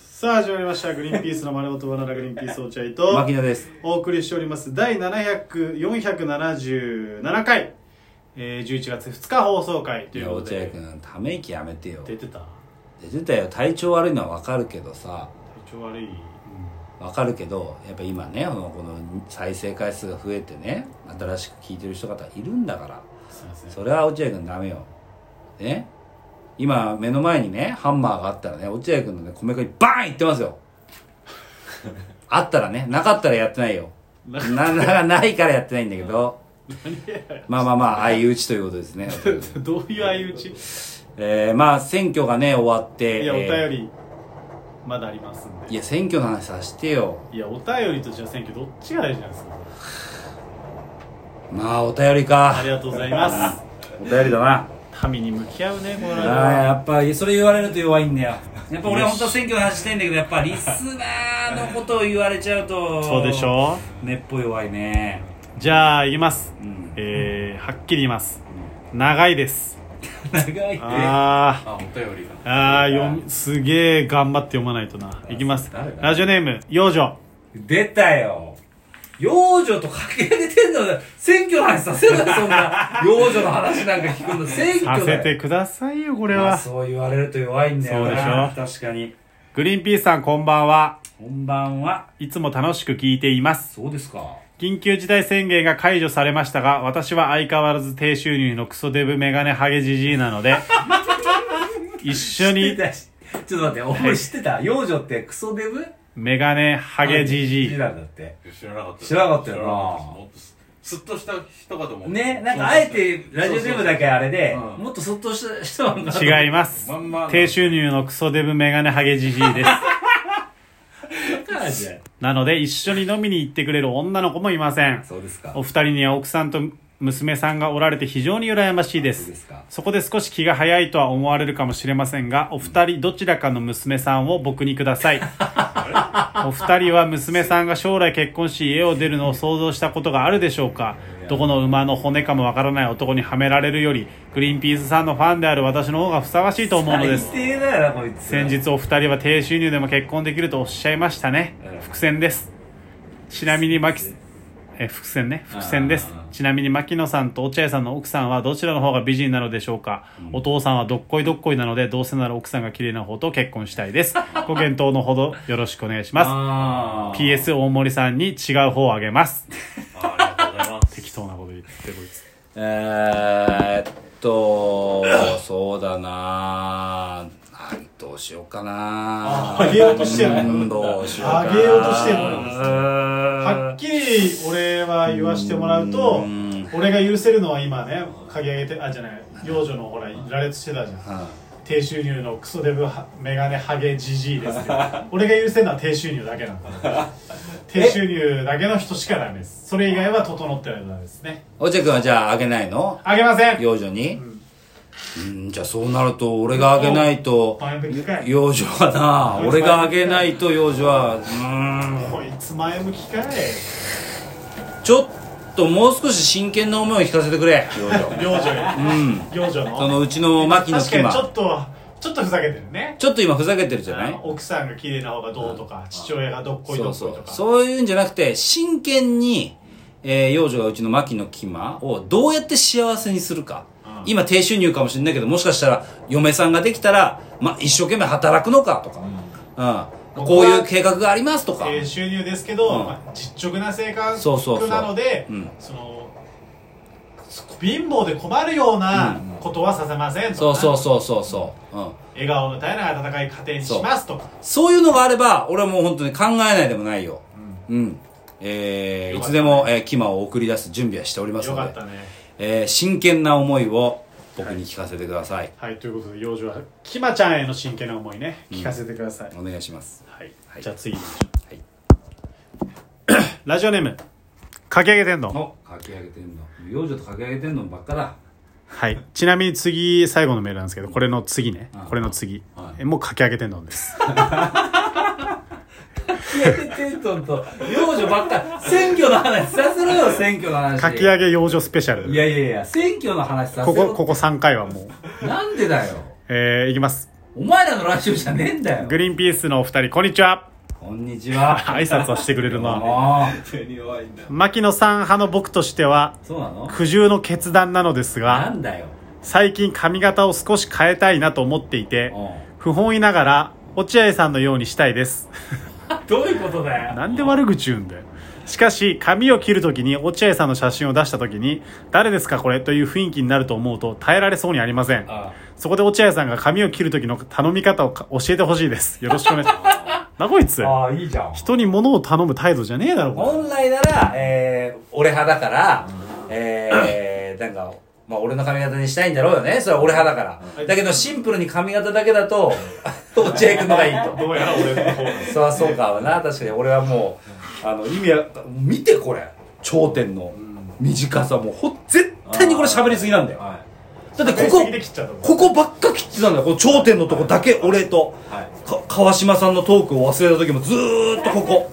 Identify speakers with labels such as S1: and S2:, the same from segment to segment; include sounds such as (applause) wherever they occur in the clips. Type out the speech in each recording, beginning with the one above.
S1: さあ始まりました「グリーンピースの丸ごとバナナグリーンピースお茶い」と
S2: 牧野です。
S1: お送りしております第700 477回、えー、11月2日放送回と
S2: い
S1: いう
S2: や、
S1: こと
S2: 落合
S1: で
S2: 君、ため息やめてよ。
S1: 出てた体
S2: 出てたよ、体調悪いのはわかるけどさ、
S1: 調悪い、うん
S2: わかるけど、やっぱ今ね、このこの再生回数が増えてね、新しく聞いてる人方いるんだから、
S1: すいません
S2: それは落合君ダメよ。ね今、目の前にね、ハンマーがあったらね、落合君のね、こめかみバーンいってま
S1: (laughs)
S2: すよ。あったらね、なかったらやってないよ。な、な、ないからやってないんだけ
S1: (laughs)
S2: ど、まあまあまあ、相打ちということですね。
S1: (laughs) どういう相打ち
S2: えー、まあ選挙がね終わって
S1: いやお
S2: えー
S1: 便りまだありますん
S2: い
S1: で
S2: や選挙の話させてよ
S1: いやお便りとじゃあ選挙どっちが大事なんですか
S2: まあお便り
S1: あ
S2: か
S1: りがとうございます (laughs)
S2: お便りだな
S1: 民に向き合うねこの
S2: あ
S1: 間
S2: ーやっぱりそれ言われると弱いんだよやっぱ俺は
S1: よし
S2: 本当は選挙の話したいんだけどやっぱリスナーのことを言われちゃうと
S1: そうでしょ
S2: 根っぽ弱いね
S1: うじゃあ言います、
S2: うん
S1: えー、はっきり言います長いです
S2: 長いね
S1: あー
S2: あお便り
S1: あー読みすげえ頑張って読まないとないきます
S2: 誰だ
S1: ラジオネーム幼女
S2: 出たよ幼女とかけ上げてんの選挙の話させるなそんな幼女の話なんか聞くの選
S1: さ
S2: 挙だ
S1: せ
S2: よ
S1: てくださいよこれ
S2: まあ
S1: は
S2: そう言われると弱いんだよな
S1: そ
S2: 確かに
S1: グリーンピースさんこんばんは
S2: こんばんはい
S1: つも楽しく聞いています
S2: そうですか
S1: 緊急事態宣言が解除されましたが、私は相変わらず低収入のクソデブメガネハゲジジイなの
S2: (laughs)
S1: で、一緒
S2: 知って
S1: に
S2: たしちょっと待ってお前知ってた幼女ってクソデブ
S1: メガネハゲジジイ。
S2: なんだって
S3: 知らなかった
S2: 知らなかったよな
S3: 知らかったですもっとすすっとした人かと思う
S2: ねなんかあえてラジオデブだけあれで
S3: そうそう
S2: もっとそっとした人なんだ
S1: 違います
S3: まんま。
S1: 低収入のクソデブメガネハゲジジイです。
S2: からじゃん
S1: なので、一緒に飲みに行ってくれる女の子もいません。
S2: そうですか
S1: お二人には奥さんと娘さんがおられて非常に羨ましいで
S2: そう
S1: す
S2: で。すか
S1: そこで少し気が早いとは思われるかもしれませんが、お二人どちらかの娘さんを僕にください。お二人は娘さんが将来結婚し家を出るのを想像したことがあるでしょうかどこの馬の骨かもわからない男にはめられるより、グリーンピースさんのファンである私の方がふさわしいと思うのです。
S2: 最低だよなこいつ
S1: 先日お二人は低収入でも結婚できるとおっしゃいましたね
S2: うん
S1: 伏線ですちなみに牧え伏線ね伏線です
S2: あー
S1: ちなみに牧野さんと落合さんの奥さんはどちらの方が美人なのでしょうか、お父さんはどっこいどっこいなのでどうせなら奥さんが綺麗な方と結婚したいです
S2: (laughs)
S1: ご検討のほどよろしくお願いしま
S2: あ
S1: す
S2: ー
S1: PS 大森さんに違う方をあげます (laughs)
S3: あありがとうござい (laughs) ます
S1: 適当なこと言ってこいつ
S2: えーっと、そうだななんどうしようかな
S1: あ上げようとしてんの
S2: んどうしようかな
S1: 上げようとしてんのは
S2: は
S1: っきり俺は言わしてもらうと
S2: うん
S1: 俺が許せるのは今ね鍵上げてあじゃない幼女のほら羅列してたじゃん低収入のクソデブはメガネハゲジジイですけど俺が許せるのは低収入だけなん
S2: (laughs)
S1: だ低収入だけの人しかダメですそれ以外は整ってないとダメですね
S2: おちゃくんはじゃああげないの
S1: あげません
S2: 幼女にうん、じゃあそうなると俺があげないと
S1: 前向きかい
S2: 幼女はな俺があげないと幼女はうーん
S1: こいつ前向きかい
S2: ちょっともう少し真剣な思いを聞かせてくれ幼
S1: 幼
S2: 女
S1: 女よ
S2: うん
S1: 幼女
S2: そ
S1: の
S2: のうちの牧の
S1: 確
S2: 隙
S1: かに
S2: 間
S1: ちょっとちょっとふざけてるね
S2: ちょっと今ふざけてるじゃない
S1: あの奥さんが綺麗な方がどうとか父親がどっこい
S2: そ
S1: ど
S2: う
S1: っこ
S2: そ
S1: いと
S2: う
S1: か
S2: そういうんじゃなくて真剣に、えー幼女がうちの牧野キマをどうやって幸せにするか、
S1: うん
S2: 今低収入かもしれないけどもしかしたら嫁さんができたら、ま、一生懸命働くのかとか、うん
S1: 僕は
S2: こういう計画がありますとか、
S1: 低収入ですけど、
S2: うん
S1: まあ、実直な性格
S2: そうそうそう
S1: なので
S2: うん
S1: そのそ貧乏で困るようなことはさせませんと
S2: そう
S1: か、
S2: そうそうそうそう、うん、
S1: 笑顔の絶えない温かい家庭にしますとか
S2: そういうのがあれば俺はもう本当に考えないでもないようん、えー
S1: よ
S2: い
S1: かっ
S2: つ
S1: たね
S2: でも、えーキマを送り出す準備はしております
S1: よ
S2: の
S1: か
S2: で
S1: ったね
S2: えー真剣な思いを僕に聞かせてください、
S1: はいということで幼女はきまちゃんへの真剣な思いね聞かせてください、
S2: お願いします
S1: はい、
S2: はい
S1: じゃあ次行きまし
S2: はい
S1: ょう (coughs) ラジオネームかき上げてんの
S2: おかき上げてんの幼女とかき上げてんのばっかだ
S1: はいちなみに次最後のメールなんですけどこれの次ね
S2: うん
S1: これの次、
S2: はい
S1: えもうかき上げてんのです
S2: (laughs) かき上げてんのと幼女ばっか選挙の話させろよ選挙の話
S1: かき上げ幼女スペシャル
S2: いやいやいや選挙の話させ
S1: こ
S2: ろ
S1: こここ3回はもう
S2: なんでだよ
S1: えー、いきます。
S2: お前らのラジオじゃねえんだよ
S1: グリーンピースのお二人こんにちは
S2: こんにちは
S1: 挨拶をしてくれるな
S2: (laughs) ああ
S3: 手に弱いんだ
S1: 牧野さん派の僕としては
S2: そうなの
S1: 苦渋の決断なのです
S2: な
S1: が
S2: んだよ
S1: 最近髪型を少し変えたいなと思っていて
S2: う
S1: 不本意ながら落合さんのようにしたいです
S2: んどういうことだよ
S1: なんで悪口言うんだよ。しかし、髪を切るときに落合さんの写真を出したときに、誰ですかこれという雰囲気になると思うと耐えられそうにありません。
S2: あ
S1: そこで落合さんが髪を切るときの頼み方をか教えてほしいです。よろしくお願いし
S2: (laughs)
S1: ます。なこいつ。
S2: あいいじゃん
S1: 人に物を頼む態度じゃねえだろ、こ
S2: 本来なら、えー、俺派だから、えー、なんか、まあ俺の髪型にしたいんだろうよね。それは俺派だから。だけどシンプルに髪型だけだと、 (laughs) 落合君のがいい
S1: れ。
S2: と。
S1: どうやら俺の方
S2: そりゃそうかな。確かに俺はもう、あの、意味は、見てこれ。頂点の短さ。もうほ、絶対にこれ喋りすぎなんだよ。
S3: は
S2: だってここ、
S1: 切っちゃった
S2: ここばっか切ってたんだよ。この頂点のとこだけ俺と、
S3: はい
S2: か川島さんのトークを忘れた時もずーっとここ。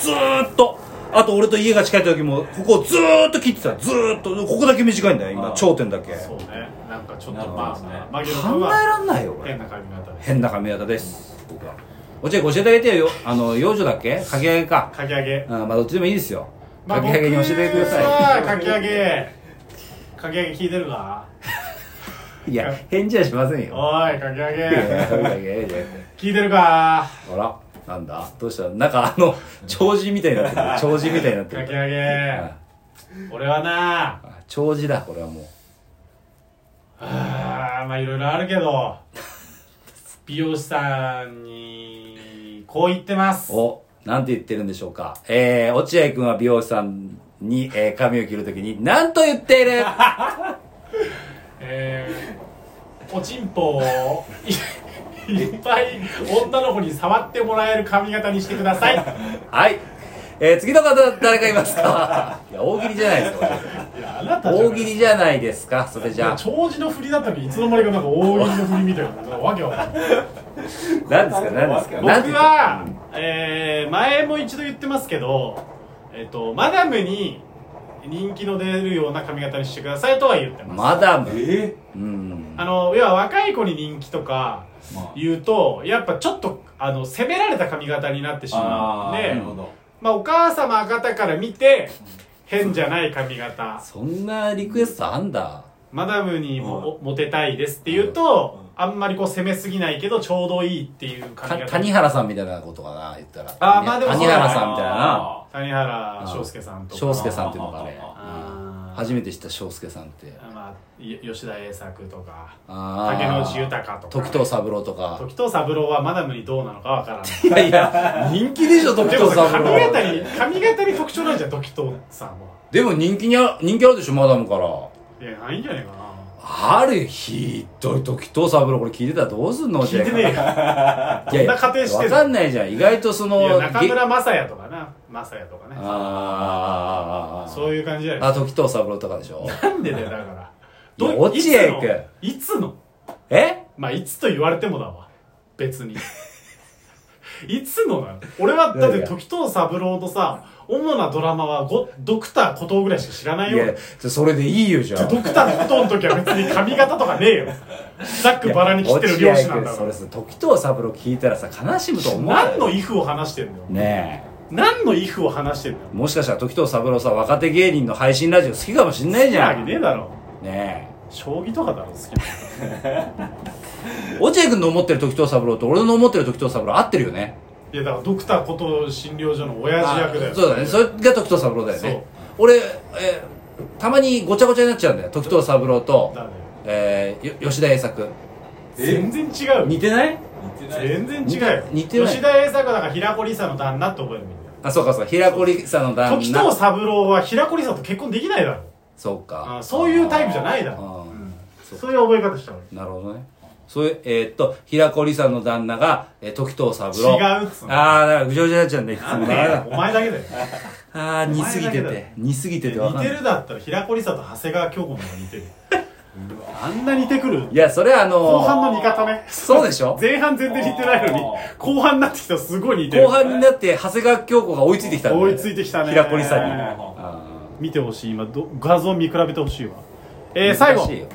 S2: ずーっと。あと俺と家が近い時も、ここをずーっと切ってた。ずーっと。ここだけ短いんだよ、今。
S3: あー
S2: 頂点だけ。考
S1: うね。なんかちょっ
S2: とまあな
S1: マギ
S2: えらんないよ、俺。
S1: な髪型で。
S2: 変な髪型です。僕は。お茶教えてあげてよ。あの、幼女だっけかき揚げか。
S1: かき上げ。
S2: うん、まあどっちでもいいですよ。かき揚げに教えてくださ
S1: さい。かき上げ。かき上げ聞いてるか
S2: い。いや、返事はしませんよ。
S1: おい、かき上
S2: いや
S1: げ。
S2: かき揚げいや
S1: 聞いてるか
S2: あら、なんだどうしたなんかあの、長寿みたいにな
S1: (laughs)
S2: ってる。長寿みたいになって
S1: かき
S2: る。
S1: 上げ俺はな
S2: あ長寿だ、これはもう。
S1: あーまあいろいろあるけど美容師さんにこう言ってます
S2: お、なんて言ってるんでしょうか。えー、落合くんは美容師さんに、えー髪を切るときに、なんと言って
S1: (laughs)
S2: いる
S1: えー、おちんぽをいいっぱい女の子に触ってもらえる髪型にしてくださ (laughs) い
S2: はい。えー、次の方、誰かいますか (laughs) いや、大喜利じゃないですか。
S1: いやあなたじゃない
S2: 大喜利じゃないですか、それ
S1: (laughs)
S2: じゃあ。
S1: 長寿の振りだった時いつの間にかなんか大喜利の振りみたいななんかわけわかんない
S2: 何ですか、何ですか。
S1: 僕
S2: なんて言っ
S1: は、えー前も一度言ってますけど、えっとマダムに人気の出るような髪型にしてくださいとは言って
S2: うん
S1: ます、
S2: マダム。
S3: え
S2: うん。
S1: あの要は若い子に人気とか
S3: ま
S1: 言うとやっぱちょっとあの責められた髪型になってしまう
S3: あ
S1: ん
S3: ーなる
S1: で
S3: ほど
S1: まあ、お母様方から見て変じゃない髪型
S2: そんなリクエストあんだ。
S1: マダムにも、モテたいですって言うと、あんまりこう攻めすぎないけどちょうどいいっていう
S2: か
S1: 髪型
S2: 谷原さんみたいなことかな、言ったら。
S1: あーまあでもそう
S2: 谷
S1: だな
S2: 原さんみたいなな。
S3: あ
S1: 谷原章介さんとか
S2: 翔介さんっていうのがあれ
S1: あー
S2: 初めて知った翔介さんって
S1: まあ、い吉田栄作とか
S2: あ
S1: 竹野
S2: あ
S1: 内豊とか
S2: 時藤三郎とか
S1: 時藤三郎はマダムにどうなのかわ
S2: (laughs)
S1: からない
S2: いやいや人気でしょ時
S1: で
S2: 藤
S1: もさ
S2: 三
S1: 髪
S2: 郎
S1: 型に髪型に特徴なんじゃん時藤さんは
S2: でも人気にあ人気あるでしょマダムから
S1: いやないんじゃないか
S2: あるひどい時藤三郎これ聞いてたらどうすんの
S1: な聞いてねえ
S2: (laughs)
S1: か
S2: いや
S1: こ
S2: いや
S1: んな仮定して
S2: わ
S1: る
S2: かんないじゃん意外とそ
S1: い
S2: の
S1: や中
S2: げあ
S1: 村雅也とかな雅也とか
S2: ー
S1: ね
S2: あーあーあー
S1: そういう感じじゃない
S2: あ時藤三郎とかでしょ
S1: なんでだよだからど
S2: いや落
S1: いつ
S2: 合
S1: の
S2: 君
S1: いつの
S2: え
S1: まあいつと言われてもだわ別に (laughs) いつのなの俺はだって時藤三郎のさ主なドラマはごドクターことぐらいしか知らない
S2: い
S1: よ
S2: やそれでいいよじゃん
S1: ドクターのことの時は別に髪型とかねえよザックバラに切ってる
S2: いや
S1: 漁
S2: 落
S1: 師
S2: 合
S1: なんだ
S2: 君
S1: か
S2: それ
S1: ら
S2: さ時藤三郎聞いたらさ悲しむと思うよ
S1: 何のイフを話してんのよ
S2: ねえ
S1: 何のイフを話してんのよ
S2: もしかしたら時藤三郎さん若手芸人の配信ラジオ好きかもしんないじゃ
S1: あ
S2: ん
S1: げ
S2: ね
S1: ねえだろ
S2: え
S1: 将棋とかだろ好きな
S2: 落合君の思ってる時藤三郎と俺の思ってる時藤三郎合ってるよね
S1: いやだからドクターこと診療所の親父役だよ
S2: そうだねそれが時藤三郎だよ
S1: そう
S2: ね俺えーたまにごちゃごちゃになっちゃうんだよ時藤三郎と
S1: だね
S2: えーよ吉田栄作
S1: 全然違うよ
S2: てない
S3: 似てない
S1: 全然違うよ
S2: 似てない
S1: 吉田栄作はだから平子理沙の旦那って覚えるみんな
S2: あそうかそうか平子理沙の旦
S1: 時
S2: 那
S1: 藤三郎は平子理沙と結婚できないだろ
S2: そうか
S1: あそういうタイプじゃないだろ
S2: あー
S1: うん
S2: そう
S1: そういう覚え方したの
S2: なるほどねそういうえーっと平子理沙の旦那が、えー時藤三郎
S1: 違うっつうの
S2: ああだからぐちゃぐちゃになっちゃうんだよいつも
S1: 俺お前だ
S2: (laughs)
S1: けだよ
S2: ああ似すぎて
S1: お前だけだ
S2: て似すぎててわ
S1: 似
S2: かん
S1: て
S2: ない
S1: るだったら平子梨沙と長谷川京子の方が似
S2: (laughs)
S1: てるあんな似てくる
S2: いやそれあのー
S1: 後半の似方ね
S2: そうでしょ
S1: 前半 (laughs) 全然似てないのに後半になってきたらすごい似てる
S2: 後半になって長谷川京子が追いついてきたんだよ
S1: 追いついてきたね
S2: 平子理沙に
S1: あ
S2: あ
S1: 見てほしい今ど画像見比べてほしいわえ
S2: ー
S1: ー、最後
S2: 難しいよ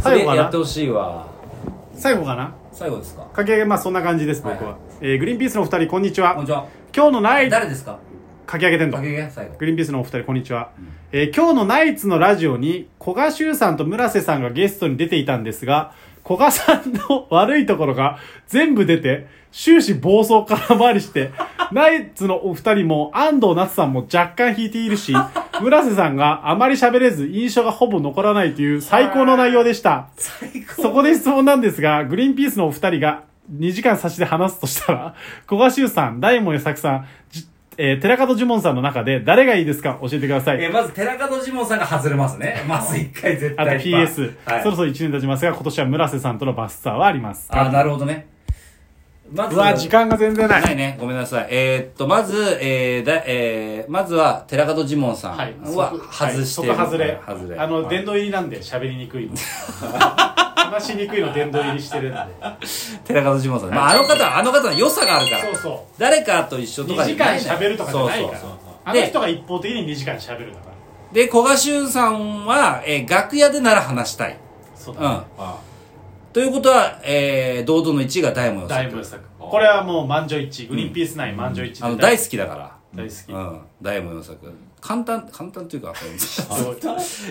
S1: 最後
S2: そ
S1: か
S2: れ
S1: な
S2: やってほしいわ
S1: 最後かな
S2: 最後ですか
S1: かき上げまあそんな感じです僕は、
S2: はいは
S1: えーグリーンピースのお二人こんにちは
S2: こんにちは
S1: 今日のナイツ
S2: 誰ですか
S1: かき上げてん
S2: か
S1: の
S2: けげ最後
S1: グリーンピースのお二人こんにちは、えー今日のナイツのラジオに古賀修さんと村瀬さんがゲストに出ていたんですが古賀さんの悪いところが全部出て終始暴走空回りしてナイツのお二人も安藤夏さんも若干引いているし村瀬さんがあまり喋れず印象がほぼ残らないという最高の内容でした
S2: 最
S1: (laughs)
S2: 高
S1: そこで質問なんですが、グリーンピースのお二人が2時間差しで話すとしたら、 (laughs) 古賀修さん、大門作さん、じえー寺門ジモンさんの中で誰がいいですか教えてくださ
S2: (laughs) え
S1: い。
S2: まず寺門ジモンさんが外れます
S1: (laughs)
S2: ねまず一回絶
S1: あと
S2: 対
S1: PS、
S2: はい
S1: そろそろ1年経ちますが、今年は村瀬さんとのバスツアーはあります。
S2: あなるほどねま
S1: うわ、時間が全然ない。
S2: ないね。ごめんなさい。えーっと、まず、えーだ、えーまずは、寺門ジモンさん
S1: はい。
S2: は外してる、
S1: はいそこ外れ。
S2: 外れ。
S1: あの、
S2: はい
S1: 殿堂入りなんで喋りにくいの。話しにくいの殿堂入りしてるんで。
S2: 寺門ジモンさん。まあ、あの方は、あの方の良さがあるから。
S1: そうそう。
S2: 誰かと一緒とか
S1: 2時間喋るとかじゃないから
S2: そうそうそう。
S1: あの人が一方的に2時間喋るんだから。
S2: で、古賀俊さんは、えー楽屋でなら話したい。
S1: そうだ
S2: う
S1: ね
S2: ん。ということは、えー堂々の1位が大門よ
S1: 大分作これはもう満場一致グリーンピース内満場一致
S2: あの、大
S1: 好
S2: 好きだから。
S1: き大
S2: う
S1: 好
S2: ん。大門よ作。簡単、簡単というか、
S1: (laughs) きそう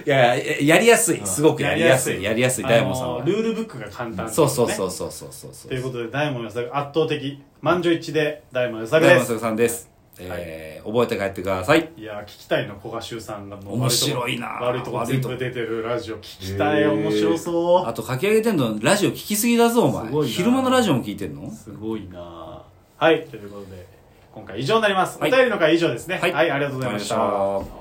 S2: いやいや、やりやすい。すごくやりやすい。やりやすい、大門さん
S1: あ
S2: は
S1: の。ルールブックが簡単
S2: そうそうそううそうそうそうそう。
S1: ということで大門予作圧倒的満場一致で大門予作
S2: 大
S1: で
S2: 門
S1: す
S2: さんです。えー、覚えて帰ってください。
S1: いやー聞きたいの古賀修さんがもう
S2: 面白いな
S1: 悪いとこ悪いとこ全部
S2: 悪いとこ
S1: 出てるラジオ聞きた
S4: へ
S1: い
S4: ー
S1: 面白そ
S2: あと、かき上げてんの、ラジオ聞きすぎだぞ、
S4: す
S2: お
S4: ご
S2: 前。
S4: いな
S2: 昼間のラジオも聞いてんの
S1: うすごいなはいということで今回以上になりますお便りの回以上ですね
S2: は
S1: はいいありがとうございました
S2: ありがとうございました